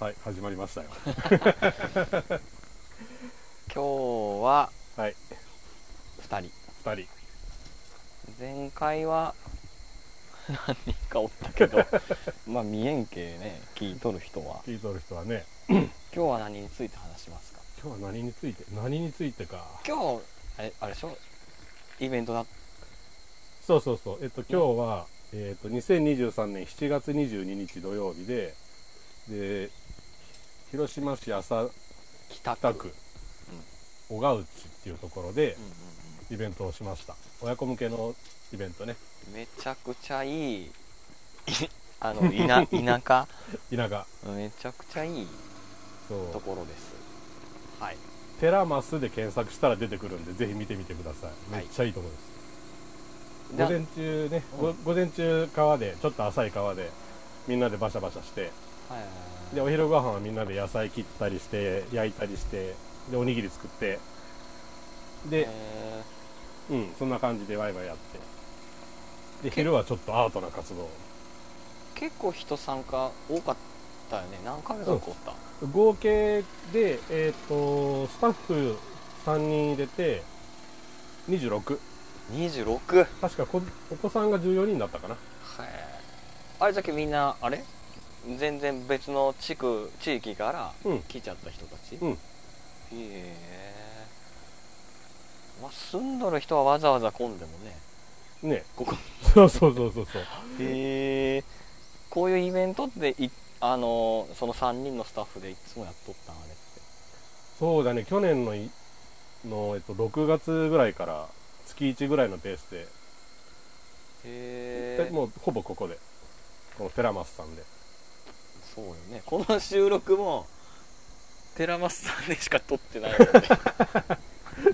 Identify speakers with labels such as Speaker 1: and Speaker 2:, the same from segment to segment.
Speaker 1: はい始まりました よ
Speaker 2: 今日は
Speaker 1: はい
Speaker 2: 2
Speaker 1: 二
Speaker 2: 人
Speaker 1: 人
Speaker 2: 前回は何人かおったけ どまあ見えんけね聞いとる人は
Speaker 1: 聞いとる人はね
Speaker 2: 今日は何について話しますか
Speaker 1: 今日は何について何についてか
Speaker 2: 今日あれあれでしょイベントだ
Speaker 1: そうそうそうえっと今日は、えっと2023年7月22日土曜日でで広島市安佐
Speaker 2: 北区
Speaker 1: 北区小川内っていうところで
Speaker 2: うんうん
Speaker 1: イベントをしました親子向けのイベントね
Speaker 2: うんめちゃくちゃ いいいあの田田
Speaker 1: 稲が
Speaker 2: 舎めちゃくちゃいい
Speaker 1: そ
Speaker 2: と
Speaker 1: う
Speaker 2: ころですはい
Speaker 1: テラマスで検索したら出てくるんでぜひ見てみてくださいめっちゃいいところです、午前中ね、ご
Speaker 2: うん
Speaker 1: 午前中川でちょっと浅い川でみんなでバシャバシャして
Speaker 2: はいはい
Speaker 1: でお昼ご飯はみんなで野菜切ったりして焼いたりしてでおにぎり作ってで、
Speaker 2: え
Speaker 1: うん、そんな感じでワイワイやってで昼はちょっとアートな活動
Speaker 2: ー結構人参加多かったよね何回目だっけおった
Speaker 1: 合計で、えっとスタッフ3人入れて26
Speaker 2: 26
Speaker 1: 確かこお子さんが14人だったかな
Speaker 2: はいあれだけみんなあれ全然別の地区地域から
Speaker 1: うん
Speaker 2: 来ちゃった人たち、
Speaker 1: うん
Speaker 2: へえまあ住んどる人はわざわざ混んでもね
Speaker 1: ね
Speaker 2: ここ
Speaker 1: そうそうそうそうそう
Speaker 2: へえこういうイベントっていあのその3人のスタッフでいつもやっとったんあれって
Speaker 1: そうだね去年のいの、えっと、6月ぐらいから月1ぐらいのペースで、
Speaker 2: へ
Speaker 1: で
Speaker 2: え
Speaker 1: もうほぼここでこのテラマスさんで
Speaker 2: そうよねこの収録も寺松さんでしか撮ってないよね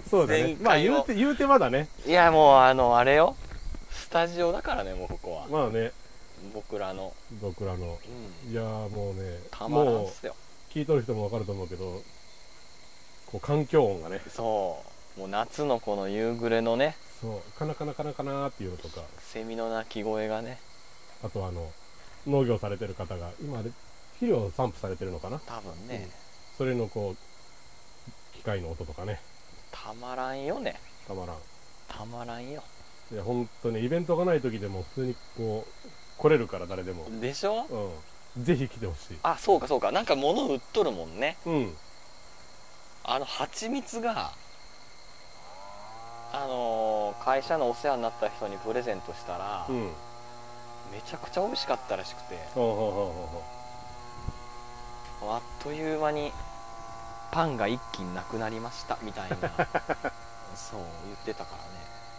Speaker 1: そうだ
Speaker 2: 前
Speaker 1: ね
Speaker 2: 回を
Speaker 1: まあ言うて言うてまだね
Speaker 2: いやもうあのあれよスタジオだからねもうここは
Speaker 1: まあね
Speaker 2: 僕らの、
Speaker 1: 僕らの
Speaker 2: うん、
Speaker 1: いやーもうね
Speaker 2: たまらんっ
Speaker 1: も
Speaker 2: すよ
Speaker 1: う聞いとる人もわかると思うけどこう環境音がね
Speaker 2: そうもう夏のこの夕暮れのね
Speaker 1: そうカナカナカナカナーっていうのとか
Speaker 2: セミの鳴き声がね
Speaker 1: あとあの農業されてる方が今あれ肥料散布されてるのかな
Speaker 2: 多分ね、
Speaker 1: それのこう機械の音とかね
Speaker 2: たまらんよね
Speaker 1: たまらん
Speaker 2: たまらんよ
Speaker 1: いや本当ねイベントがない時でも普通にこう来れるから誰でも、
Speaker 2: でしょ
Speaker 1: うん、ぜひ来てほしい
Speaker 2: あそうかそうかなんか物売っとるもんね
Speaker 1: うん
Speaker 2: あの蜂蜜があのー会社のお世話になった人にプレゼントしたら、
Speaker 1: うん
Speaker 2: めちゃくちゃ美味しかったらしくて
Speaker 1: ほうほ
Speaker 2: あっという間にパンが一気になくなりましたみた いなそう言ってたからね、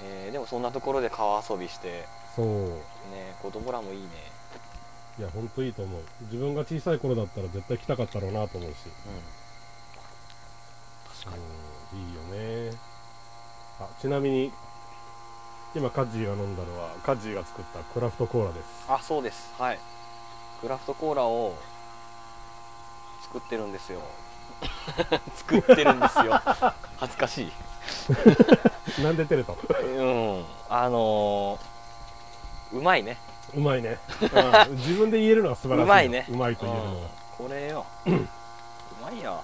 Speaker 2: えーでもそんなところで川遊びして
Speaker 1: うほうほう
Speaker 2: ね子供らもいいね、
Speaker 1: そういや本当いいと思う自分が小さい頃だったら絶対来たかったろうなと思うし、
Speaker 2: 確かに
Speaker 1: うん、いいよねあちなみに今カッジーが飲んだのはカッジーが作ったクラフトコーラです
Speaker 2: あそうですはいクラフトコーラを作ってるんです よ作ってるんですよ恥ずかしい
Speaker 1: なんで照れた
Speaker 2: うんあのーうまいね
Speaker 1: うまいね、うん自分で言えるのは素晴らしいう
Speaker 2: まいね
Speaker 1: うまいと言えるのは
Speaker 2: うんこ れようまいよ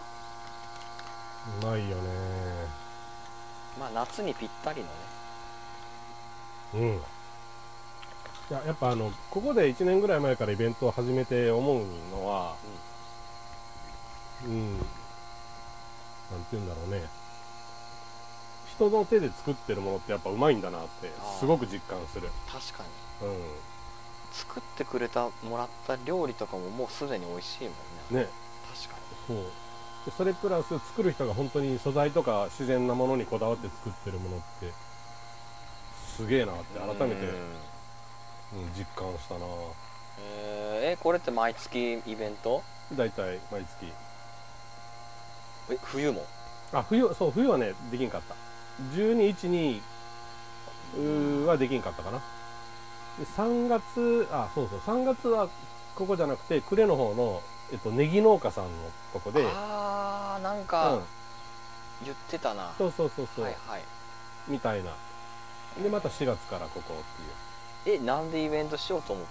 Speaker 1: うまいよね
Speaker 2: まあ夏にぴったりのね
Speaker 1: うん、いややっぱあのここで1年ぐらい前からイベントを始めて思うのは、うんなんて言うんだろうね人の手で作ってるものってやっぱうまいんだなって
Speaker 2: あー
Speaker 1: すごく実感する、
Speaker 2: 確かに
Speaker 1: う
Speaker 2: 作ってくれたもらった料理とかももうすでに美味しいもん
Speaker 1: ん、
Speaker 2: ね
Speaker 1: ね
Speaker 2: 確か
Speaker 1: そうでそれプラス作る人が本当に素材とか自然なものにこだわって作ってるものってすげえなって
Speaker 2: に
Speaker 1: 改めて、
Speaker 2: うん
Speaker 1: うん実感したな
Speaker 2: えーえこれって毎月イベント
Speaker 1: だいたい毎月
Speaker 2: え冬も
Speaker 1: あ冬そう冬はねできんかった1212はできんかったかなで3月あそうそう3月はここじゃなくて呉の方の、えっと、ネギ農家さんのとこで
Speaker 2: ああなん
Speaker 1: うん
Speaker 2: か、言ってたな、
Speaker 1: そうそうそうそう、
Speaker 2: はいはい
Speaker 1: みたいなでまた4月からここっていう
Speaker 2: えなんでイベントしようと思って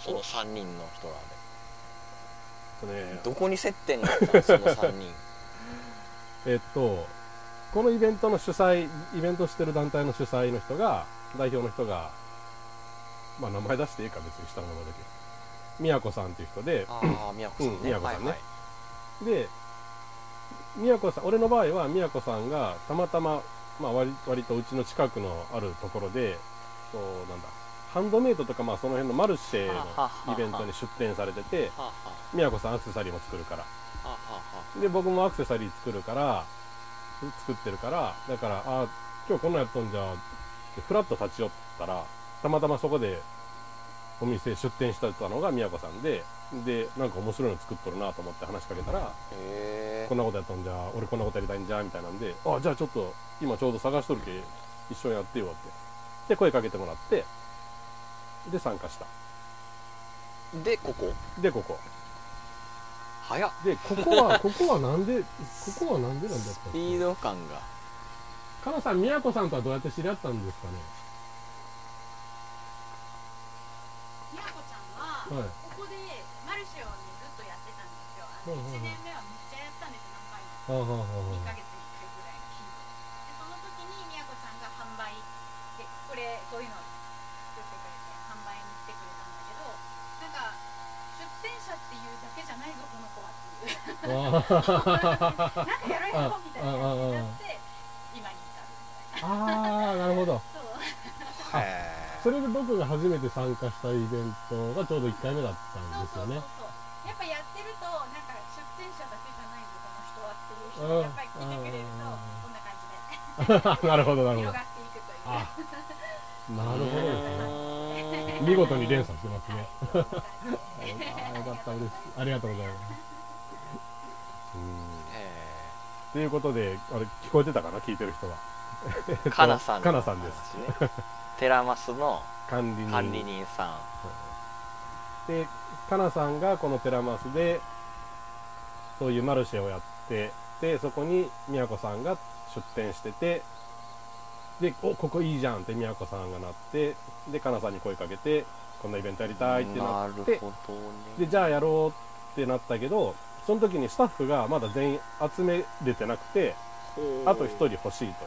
Speaker 2: その3人の人らで
Speaker 1: とね
Speaker 2: どこに接点があったのその3人
Speaker 1: えっとこのイベントの主催イベントしてる団体の主催の人が代表の人がまあ名前出していいか別に下の名前だけど宮子さんっていう人で
Speaker 2: ああ宮子さんね,、
Speaker 1: うん宮子さんね
Speaker 2: はいはい
Speaker 1: で宮子さん俺の場合は宮子さんがたまたま、まあ、割割とうちの近くのあるところでそうなんだハンドメイドとか、まあ、その辺のマルシェ
Speaker 2: はあはあ
Speaker 1: のイベントに出店されてて
Speaker 2: はあは
Speaker 1: 宮子さんアクセサリーも作るから
Speaker 2: あはあはあは
Speaker 1: で僕もアクセサリー作るから作ってるからだからあ今日こんなんやっとんじゃってフラッと立ち寄ったらたまたまそこでお店出店してたのが宮子さんででなんか面白いの作っとるなと思って話しかけたら
Speaker 2: あへえ
Speaker 1: こんなことやったんじゃ俺こんなことやりたいんじゃみたいなんであじゃあちょっと今ちょうど探しとるけ一緒にやってよってで声かけてもらってで参加した
Speaker 2: でここ
Speaker 1: でここ
Speaker 2: 早っ
Speaker 1: でここ はここはなんでここはなんでなんだっ
Speaker 2: ス
Speaker 1: たん
Speaker 2: ピード感が
Speaker 1: かなさん宮子さんとはどうやって知り合ったんですかね
Speaker 3: みやこちゃんは、
Speaker 1: はい
Speaker 3: ここでマルシェを、ね、ずっとやってたんですよあの、
Speaker 1: うんうんうん
Speaker 3: 1年目はめっちゃやったんですよ何回
Speaker 1: はあは
Speaker 3: も
Speaker 1: あは
Speaker 3: 1ヶ月に1回ぐらいの頻度でその時にみやこちゃんが販売でこれこういうのを作ってくれて販売に来てくれたんだけどなんか出店者っていうだけじゃないぞこの子はっていう なんかやろうやろうみたいな感じになって今に至るみた
Speaker 1: ああ
Speaker 3: いな
Speaker 1: あなるほど
Speaker 3: そう
Speaker 1: あ
Speaker 2: へ
Speaker 1: それで僕が初めて参加したイベントがちょうど1回目だったん
Speaker 3: そう
Speaker 1: です
Speaker 3: そう
Speaker 1: よね
Speaker 3: そうそうやっぱやってるとなんか出店者だけじゃないぞこの人はって
Speaker 1: うんうん なるほどな
Speaker 3: いう人がやっぱり来てくれるとこんな感じで
Speaker 1: るほど
Speaker 3: 広がっていくという
Speaker 1: あなるほどですね
Speaker 2: ね
Speaker 1: 見事に連鎖してます
Speaker 3: は
Speaker 1: ね
Speaker 3: いそういう感じで
Speaker 1: あよかった嬉しいありがとうございますということであれ聞こえてたかな聞いてる人は
Speaker 2: かなさんの
Speaker 1: かなさんです
Speaker 2: 話ねテラマスの
Speaker 1: 管理人
Speaker 2: 管理人さん
Speaker 1: でかなさんがこのテラマスでそういうマルシェをやってでそこに宮子さんが出店しててでおここいいじゃんって宮子さんがなってでかなさんに声かけてこんなイベントやりたいってなって
Speaker 2: るほど
Speaker 1: で
Speaker 2: ね
Speaker 1: じゃあやろうってなったけどその時にスタッフがまだ全員集めれてなくてあと1人欲しいという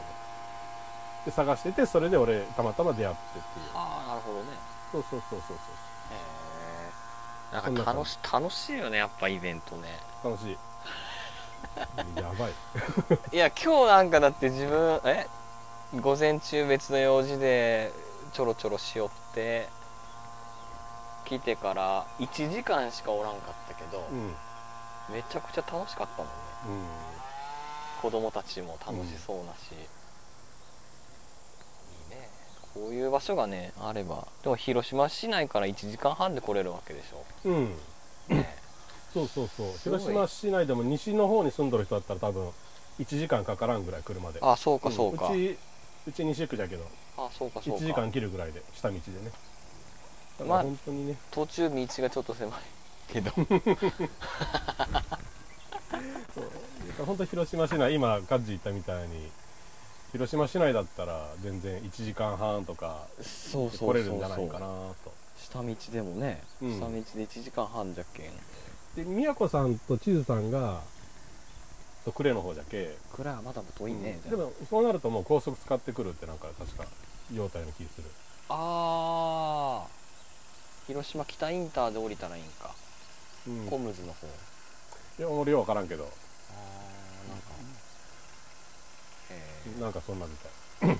Speaker 1: で探しててそれで俺たまたま出会ってっていう
Speaker 2: ああなるほどね
Speaker 1: そうそうそうそう
Speaker 2: へえ
Speaker 1: そん
Speaker 2: なん
Speaker 1: な
Speaker 2: か
Speaker 1: 感
Speaker 2: 楽し楽しいよねやっぱイベントね
Speaker 1: そう楽しい やばい
Speaker 2: いや今日なんかだって自分え午前中別の用事でちょろちょろしよって来てから1時間しかおらんかったけど、
Speaker 1: うん
Speaker 2: めちゃくちゃ楽しかったもんね
Speaker 1: う
Speaker 2: 子供たちも楽しそうだし、いいねこういう場所がねあればでも広島市内から1時間半で来れるわけでし ょ、
Speaker 1: ん、うん、
Speaker 2: ね、
Speaker 1: そうそうそう
Speaker 2: すごい
Speaker 1: 広島市内でも西の方に住んどる人だったら多分1時間かからんぐらい車で
Speaker 2: あそうかそうか、
Speaker 1: んうちうち西区じゃけど
Speaker 2: あそうかそうか
Speaker 1: 1時間切るぐらいで下道でねだか
Speaker 2: まあ
Speaker 1: ら本当にね、
Speaker 2: 途中道がちょっと狭いけど
Speaker 1: そうだから本当広島市内今カッジ行ったみたいに広島市内だったら全然1時間半とか
Speaker 2: そう
Speaker 1: 来れるんじゃないかなと
Speaker 2: 下道でもね、
Speaker 1: うん
Speaker 2: 下道で1時間半じゃけん
Speaker 1: で宮子さんと千鶴さんがと呉の方じゃけ
Speaker 2: 蔵はまだ遠いね、
Speaker 1: でもそうなるともう高速使ってくるってなんか確か容態の気する
Speaker 2: ああ広島北インターで降りたらいいんか、
Speaker 1: うん
Speaker 2: コムズの方あ
Speaker 1: いや俺よう分からんけど
Speaker 2: あなんかへえ
Speaker 1: なんかそんなみたい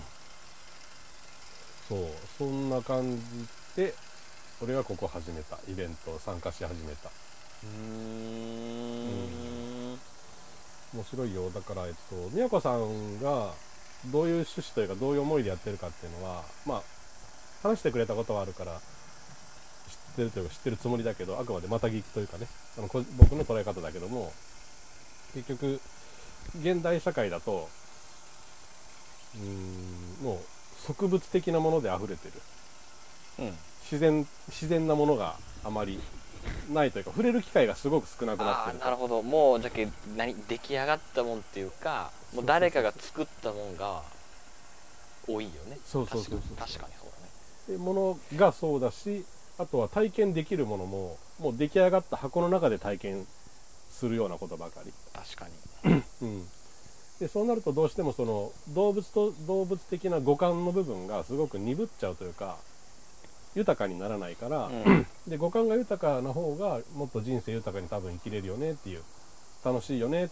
Speaker 1: そうそんな感じで俺がここ始めたイベント参加し始めた
Speaker 2: うーん
Speaker 1: 面白いよだからえっと宮子さんがどういう趣旨というかどういう思いでやってるかっていうのはまあ話してくれたことはあるから知ってるというか知ってるつもりだけどあくまでまた聞きというかねあのこ僕の捉え方だけども結局現代社会だとうーんもう植物的なもので溢れてる
Speaker 2: うん
Speaker 1: 自然自然なものがあまりないというか触れる機会がすごく少なくなっ
Speaker 2: あ
Speaker 1: て
Speaker 2: あ
Speaker 1: る
Speaker 2: なるほどもうじゃけ何出来上がったもんっていうかもう誰かが作ったもんが多いよね
Speaker 1: そうそうそうそう
Speaker 2: 確かに確かにそうだね
Speaker 1: ってものがそうだしあとは体験できるものももう出来上がった箱の中で体験するようなことばかり、
Speaker 2: 確かに
Speaker 1: うん、でそうなるとどうしてもその動物と動物的な五感の部分がすごく鈍っちゃうというか豊かにならないから、
Speaker 2: うん
Speaker 1: で五感が豊かな方がもっと人生豊かに多分生きれるよねっていう楽しいよねっ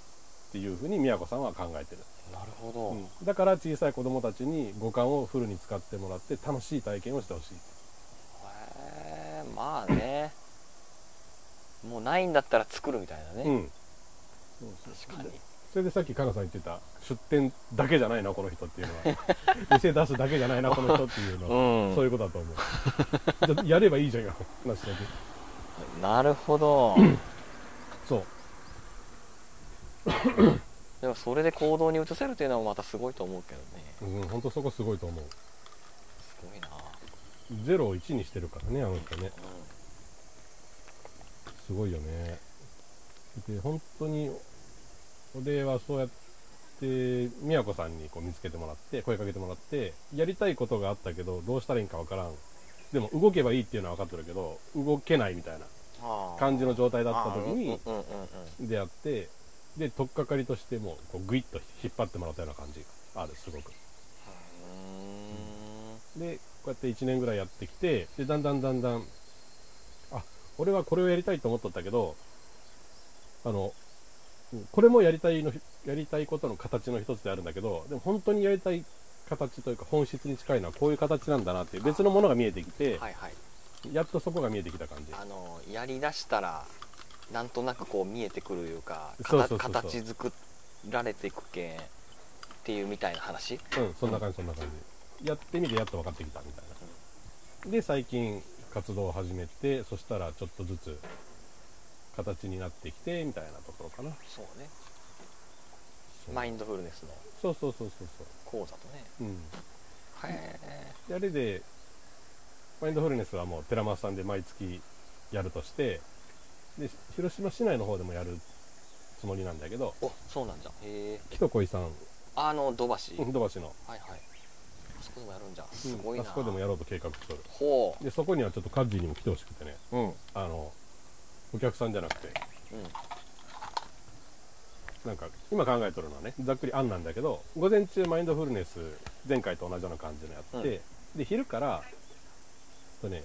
Speaker 1: ていうふうに宮子さんは考えてる、
Speaker 2: なるほど、
Speaker 1: うんだから小さい子供たちに五感をフルに使ってもらって楽しい体験をしてほしい
Speaker 2: へえまあねもうないんだったら作るみたいな
Speaker 1: う
Speaker 2: ね、
Speaker 1: んそうそう
Speaker 2: 確かに
Speaker 1: それでさっきカナさん言ってた出店だけじゃないなこの人っていうのは 店出すだけじゃないなこの人っていうのは、
Speaker 2: うん
Speaker 1: そういうことだと思うじゃあやればいいじゃん今の話だけ
Speaker 2: なるほど
Speaker 1: そう
Speaker 2: でもそれで行動に移せるというのはまたすごいと思うけどね
Speaker 1: うん本当そこすごいと思う
Speaker 2: すごいな、
Speaker 1: ゼロを1にしてるからねあの人ねすごいよねで本当に俺はそうやって宮子さんにこう見つけてもらって声かけてもらってやりたいことがあったけどどうしたらいいんかわからんでも動けばいいっていうのは分かってるけど動けないみたいな
Speaker 2: うん
Speaker 1: 感じの状態だ
Speaker 2: だ
Speaker 1: った時に
Speaker 2: うんうんうん
Speaker 1: 出会ってで取っかかりとしてもこうグイッと引っ張ってもらったような感じがあるすごく
Speaker 2: うん
Speaker 1: でこうやって1年ぐらいやってきてでだんだんだんだんあ俺はこれをやりたいと思っとったけどあのうんこれもやりたいのやりたいことの形の一つであるんだけどでも本当にやりたい形というか本質に近いのはこういう形なんだなっていう別のものが見えてきて
Speaker 2: はいはい
Speaker 1: やっとそこが見えてきた感じ
Speaker 2: あのやりだしたらなんとなくこう見えてくるいうかかた
Speaker 1: そうそうそうそう
Speaker 2: 形作られていくけんっていうみたいな話
Speaker 1: うん、そんな感じ、そんな感じ。やってみて、やっと分かってきたみたいな。で、最近、活動を始めて、そしたら、ちょっとずつ、形になってきて、みたいなところかな。
Speaker 2: そうね
Speaker 1: そう
Speaker 2: マインドフルネスの
Speaker 1: そうそうそうそう
Speaker 2: 講座とね
Speaker 1: そう。うん。
Speaker 2: へえ
Speaker 1: で、あれで、マインドフルネスはもう、寺松さんで毎月やるとして、で、広島市内の方でもやるつもりなんだけど、
Speaker 2: おそうなんじゃへえ
Speaker 1: 木戸恋さん、
Speaker 2: あの土橋
Speaker 1: うん土橋の、
Speaker 2: はいはいあそこでもやるんじゃん
Speaker 1: うん
Speaker 2: すごいな、
Speaker 1: あそこでもやろうと計画しておる。
Speaker 2: ほ
Speaker 1: で、そこにはちょっとカッジにも来てほしくてね。
Speaker 2: ううんうん
Speaker 1: あのお客さんじゃなくてなんか今考えとるのはねざっくり案なんだけど午前中マインドフルネス前回と同じような感じのやって、で昼からえっとね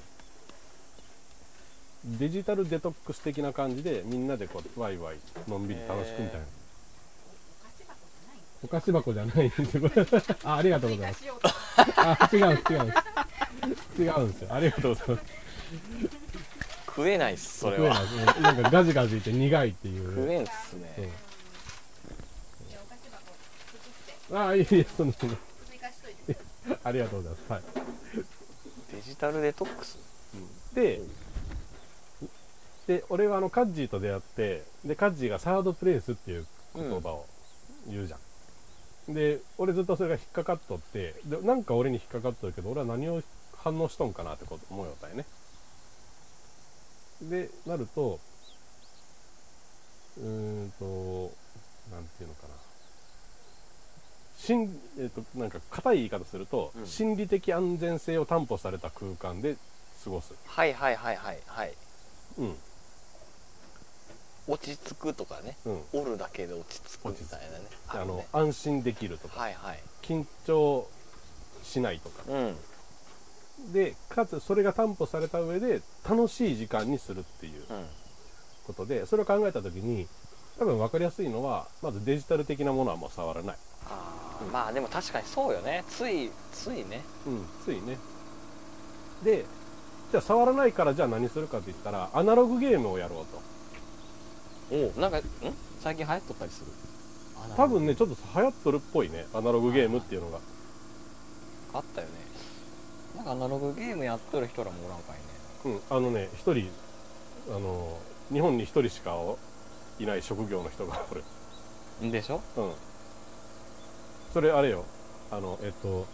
Speaker 1: デジタルデトックス的な感じでみんなでこうワイワイのんびり楽しくみたいな
Speaker 2: へ
Speaker 3: お菓子箱じゃない
Speaker 1: お菓子箱じゃないんです よこれあありがとうござい
Speaker 3: 追加
Speaker 1: ます
Speaker 3: しようと思って
Speaker 1: あ違うんです違うんです違うんですよありがとうございます
Speaker 2: 食えないっすそれは
Speaker 1: 食えないなんかガジガジいて苦いってい
Speaker 2: 食
Speaker 1: う
Speaker 2: えんっす
Speaker 1: う
Speaker 2: ね
Speaker 1: ん
Speaker 3: じゃあお菓子箱作って
Speaker 1: ああいえいえそんなそんな
Speaker 3: 追加しといて
Speaker 1: ありがとうございますはい
Speaker 2: デジタルデトックス
Speaker 1: で、で、俺はあの、カッジーと出会って、で、カッジーがサードプレイスっていう言葉を言うじゃん。で、俺ずっとそれが引っかかっとって、で、なんか俺に引っかかっとるけど、俺は何を反応しとんかなってこと思うよったんやね。で、なると、うーんと、なんていうのかな。心えっと、なんか、硬い言い方すると、
Speaker 2: うん
Speaker 1: 心理的安全性を担保された空間で過ごす。
Speaker 2: はいはいはいはいはい
Speaker 1: うん、
Speaker 2: 落ち着くとかね
Speaker 1: うん、
Speaker 2: おるだけで落ち着くみたいなね
Speaker 1: あ
Speaker 2: る
Speaker 1: の、
Speaker 2: ね
Speaker 1: 安心できるとか、
Speaker 2: はいはい
Speaker 1: 緊張しないとか
Speaker 2: うん
Speaker 1: でかつそれが担保された上で楽しい時間にするっていう
Speaker 2: うん
Speaker 1: ことでそれを考えた時に多分分かりやすいのはまずデジタル的なものはもう触らない、
Speaker 2: あーまあでも確かにそうよねついついね
Speaker 1: うん、ついねでじゃあ触らないからじゃあ何するかって言ったらアナログゲームをやろうと
Speaker 2: おなんかん最近流行っとったりする
Speaker 1: 多分ねちょっと流行っとるっぽいねアナログゲームっていうのが
Speaker 2: あったよねなんかアナログゲームやっとる人らもおらんかいね
Speaker 1: うん、あのね一人あの日本に一人しかいない職業の人がおる、
Speaker 2: でしょ
Speaker 1: うん、それあれよあのえっと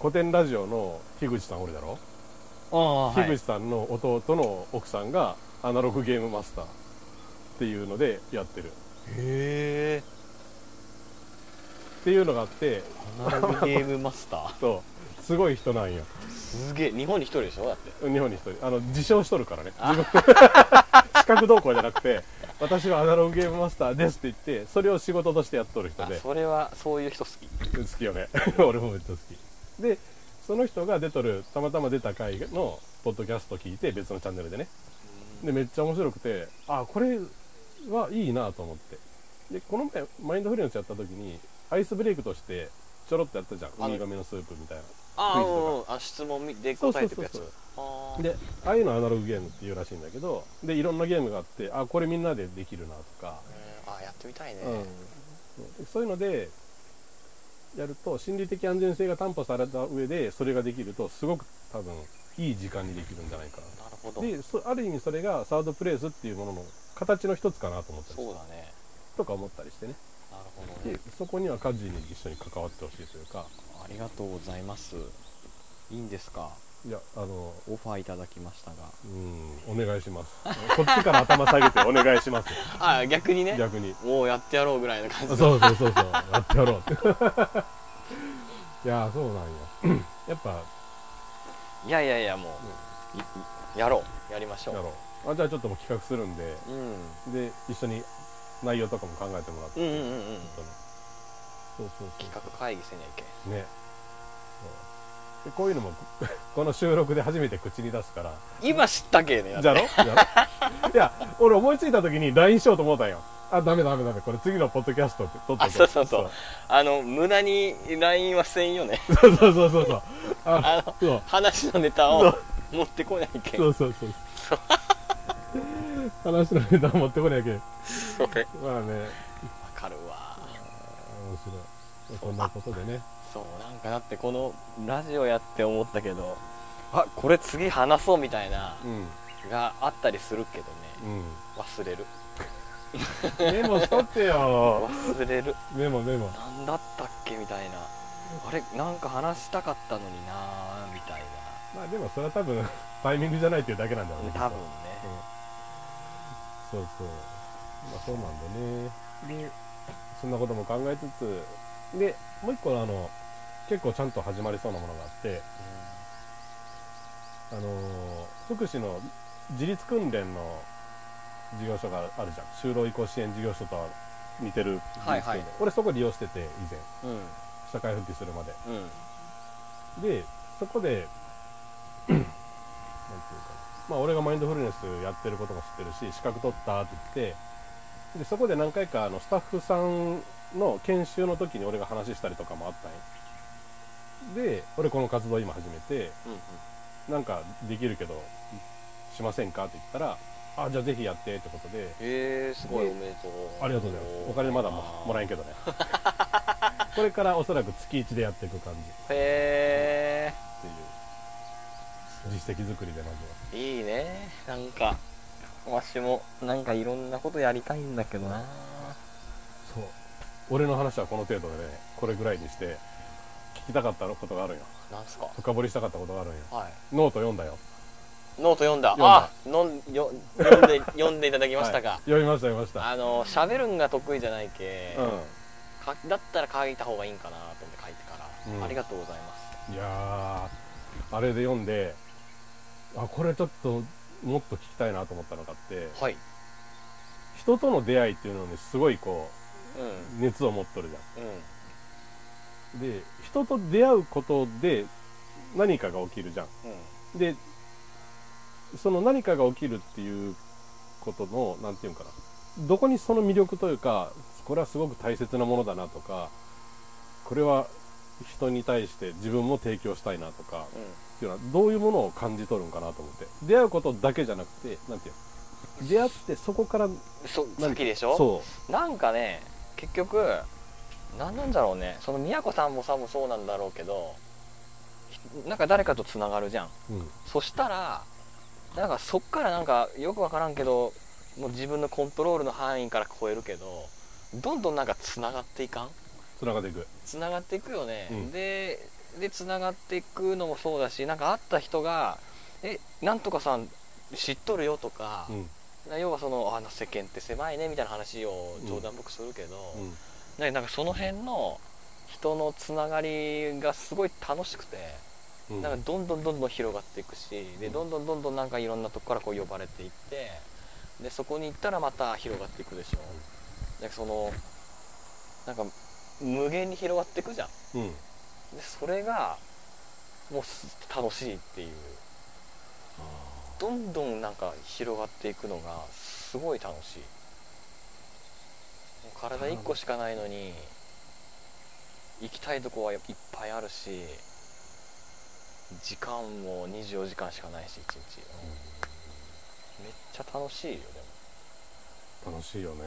Speaker 1: 古典ラジオの樋口さんおるだろ、
Speaker 2: ああー、は
Speaker 1: 樋
Speaker 2: い
Speaker 1: 口、さんの弟の奥さんがアナログゲームマスターっていうのでやってる
Speaker 2: へえ
Speaker 1: っていうのがあって
Speaker 2: アナログゲームマスタ ー
Speaker 1: そうすごい人なんよ
Speaker 2: すげえ日本に一人でしょだって
Speaker 1: 日本に一人あの自称しとるからね自分 し格同行じゃなくて「私はアナログゲームマスターです」って言ってそれを仕事としてやっとる人
Speaker 2: あ
Speaker 1: で
Speaker 2: それはそういう人好き
Speaker 1: 好きよね 俺もめっちゃ好きでその人が出とるたまたま出た回のポッドキャスト聞いて別のチャンネルでねでめっちゃ面白くてあこれはいいなと思ってでこの前マインドフルネスやった時にアイスブレイクとしてちょろっとやったじゃん
Speaker 2: あの
Speaker 1: ウミガメのスープみたいな
Speaker 2: あ
Speaker 1: クイズ
Speaker 2: ー
Speaker 1: と
Speaker 2: うんあ質問みで答えてくやつ
Speaker 1: そうそう
Speaker 2: あー
Speaker 1: でああいうのアナログゲームっていうらしいんだけどでいろんなゲームがあってあこれみんなでできるなとか、
Speaker 2: うんあーやってみたいね、
Speaker 1: うん、そういうのでやると心理的安全性が担保された上でそれができるとすごく多分いい時間にできるんじゃないか
Speaker 2: なるほ
Speaker 1: な
Speaker 2: ど
Speaker 1: でそある意味それがサードプレイスっていうものの形の一つかなと思ったり
Speaker 2: そうだね
Speaker 1: とか思ったりしてね
Speaker 2: なるほど
Speaker 1: で
Speaker 2: ね
Speaker 1: そこには家事に一緒に関わってほしいというか
Speaker 2: ありがとうございますいいんですか
Speaker 1: いやあの
Speaker 2: オファーいただきましたが
Speaker 1: うんお願いします こっちから頭下げてお願いします
Speaker 2: あ逆にね
Speaker 1: 逆に
Speaker 2: もうやってやろうぐらいの感
Speaker 1: そ
Speaker 2: じ
Speaker 1: う
Speaker 2: だ
Speaker 1: そうそうそう やってやろうって いやそうなんや やっぱや
Speaker 2: いやいやいやもう、いやろうやりましょう
Speaker 1: ろうあじゃあちょっともう企画するんで
Speaker 2: うん、
Speaker 1: で一緒に内容とかも考えてもらって、
Speaker 2: うんうんうんう
Speaker 1: ちょっ
Speaker 2: ん
Speaker 1: とねそうそう
Speaker 2: 企画会議せにゃいけん
Speaker 1: そうねそうでこういうのも この収録で初めて口に出すから
Speaker 2: 今知ったけえねやっ
Speaker 1: じゃろじゃろいや俺思いついた時に LINE しようと思ったんよあダメダメダメこれ次のポッドキャストって撮っと
Speaker 2: あそうそうそうあの無駄に LINE はせんよね
Speaker 1: そうそうそうそうそうあ
Speaker 2: あの
Speaker 1: そう
Speaker 2: 話のネタを持ってこないけん
Speaker 1: そうそうそう そう話のネタ持ってこないけど
Speaker 2: それ
Speaker 1: まあね面
Speaker 2: わかるわ
Speaker 1: 白いこんなことでね
Speaker 2: そうなんかだってこのラジオやって思ったけどあこれ次話そうみたいな
Speaker 1: うん
Speaker 2: があったりするけどね
Speaker 1: う
Speaker 2: 忘れる
Speaker 1: んメモしとってよ
Speaker 2: 忘れる
Speaker 1: メモメモ
Speaker 2: 何だったっけみたいなあれなんか話したかったのになーみたいな
Speaker 1: まあでもそれは多分タイミングじゃないっていうだけなんだろうね
Speaker 2: 多分ね
Speaker 1: そうそうまあそうなんでねでそんなことも考えつつでもう一個あの結構ちゃんと始まりそうなものがあってあのー福祉の自立訓練の事業所があるじゃん就労移行支援事業所とは似てる自立訓練、
Speaker 2: はいはい
Speaker 1: 俺そこ利用してて以前
Speaker 2: うん
Speaker 1: 社会復帰するまで
Speaker 2: うんうん
Speaker 1: でそこで なんていうかなまあ俺がマインドフルネスやってることも知ってるし資格取ったって言ってでそこで何回かあのスタッフさんの研修の時に俺が話したりとかもあったんよで俺この活動今始めて
Speaker 2: うん
Speaker 1: なんかできるけどしませんかって言ったらあじゃあぜひやってってことで
Speaker 2: えー、すごいおめでとう
Speaker 1: ありがとうございますお金まだももらえん
Speaker 2: け
Speaker 1: けどねこれからおそらく月1でやっていく感じ
Speaker 2: へ
Speaker 1: っていう実績作りでまずは
Speaker 2: えいいねなんかわしもなんかいろんなことやりたいんだけどな
Speaker 1: そう俺の話はこの程度でねこれぐらいにして聞きたかったことがあるんよ
Speaker 2: なんすか
Speaker 1: 深掘りしたかったことがあるんよ
Speaker 2: はい
Speaker 1: ノート読んだよ
Speaker 2: ノート読んだ
Speaker 1: 読んだ
Speaker 2: あのんよ読んで 読んでいただきました
Speaker 1: は
Speaker 2: か
Speaker 1: い、、読みました読みました
Speaker 2: あの喋るんが得意じゃないけ、
Speaker 1: う
Speaker 2: かだったら書いた方がいいんかなと思って書いてから、
Speaker 1: うん
Speaker 2: ありがとうございます
Speaker 1: んいやーあれで読んであこれちょっともっと聞きたいなと思ったのがあって
Speaker 2: はい、
Speaker 1: 人との出会いっていうのにすごいこ
Speaker 2: うん
Speaker 1: う熱を持っとるじ
Speaker 2: うん、
Speaker 1: ゃんで人と出会うことで何かが起きるじゃん
Speaker 2: う
Speaker 1: でその何かが起きるっていうことの何て言うんかなどこにその魅力というかこれはすごく大切なものだなとかこれは人に対して自分も提供したいなとか
Speaker 2: ん、
Speaker 1: っていうのはどういうものを感じ取るんかなと思って出会うことだけじゃなくて何て言うの出会ってそこから
Speaker 2: そ
Speaker 1: 何
Speaker 2: 好
Speaker 1: か
Speaker 2: きでしょ
Speaker 1: そ
Speaker 2: なんかね結局何なんだろうねその宮子さんもさもそうなんだろうけどひなんか誰かとつながるじゃん
Speaker 1: う、うん、
Speaker 2: そしたらなんかそっからなんかよくわからんけどもう自分のコントロールの範囲から超えるけどどんどんなんかつながっていかん
Speaker 1: つながっていく
Speaker 2: つながっていくよね、
Speaker 1: うん
Speaker 2: ででつながっていくのもそうだしなんか会った人が「えなんとかさん知っとるよ」とか、
Speaker 1: うん
Speaker 2: な要はそのあの世間って狭いねみたいな話を冗談っぽくするけど、
Speaker 1: うん
Speaker 2: ねなんかその辺の人のつながりがすごい楽しくて、
Speaker 1: うん
Speaker 2: なんかどんどんどんどん広がっていくしで
Speaker 1: うん
Speaker 2: どんどんどんどんなんかいろんなとこからこう呼ばれていってでそこに行ったらまた広がっていくでしょでそのなんか無限に広がっていくじゃん
Speaker 1: うん
Speaker 2: でそれがもうす楽しいっていうどんどんなんか広がっていくのがすごい楽しいもう体1個しかないのに行きたいとこはいっぱいあるし時間も24時間しかないし1日、うんめっちゃ楽しいよでも
Speaker 1: 楽しいよね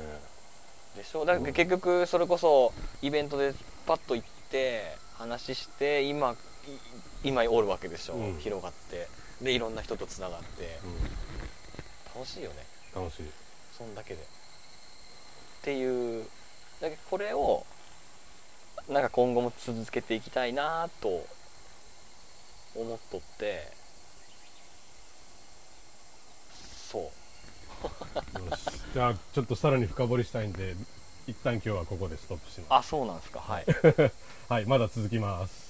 Speaker 2: でしょだから結局それこそイベントでパッと行って話して今い今おるわけでしょ、
Speaker 1: うん
Speaker 2: 広がってでいろんな人とつながって
Speaker 1: う
Speaker 2: 楽しいよね
Speaker 1: ん楽しい
Speaker 2: そんだけでっていうだけどこれをなんか今後も続けていきたいなと思っとってそう
Speaker 1: よしじゃあちょっとさらに深掘りしたいんで一旦今日はここでストップしま
Speaker 2: あそうなんですかはい
Speaker 1: すはいまだ続きます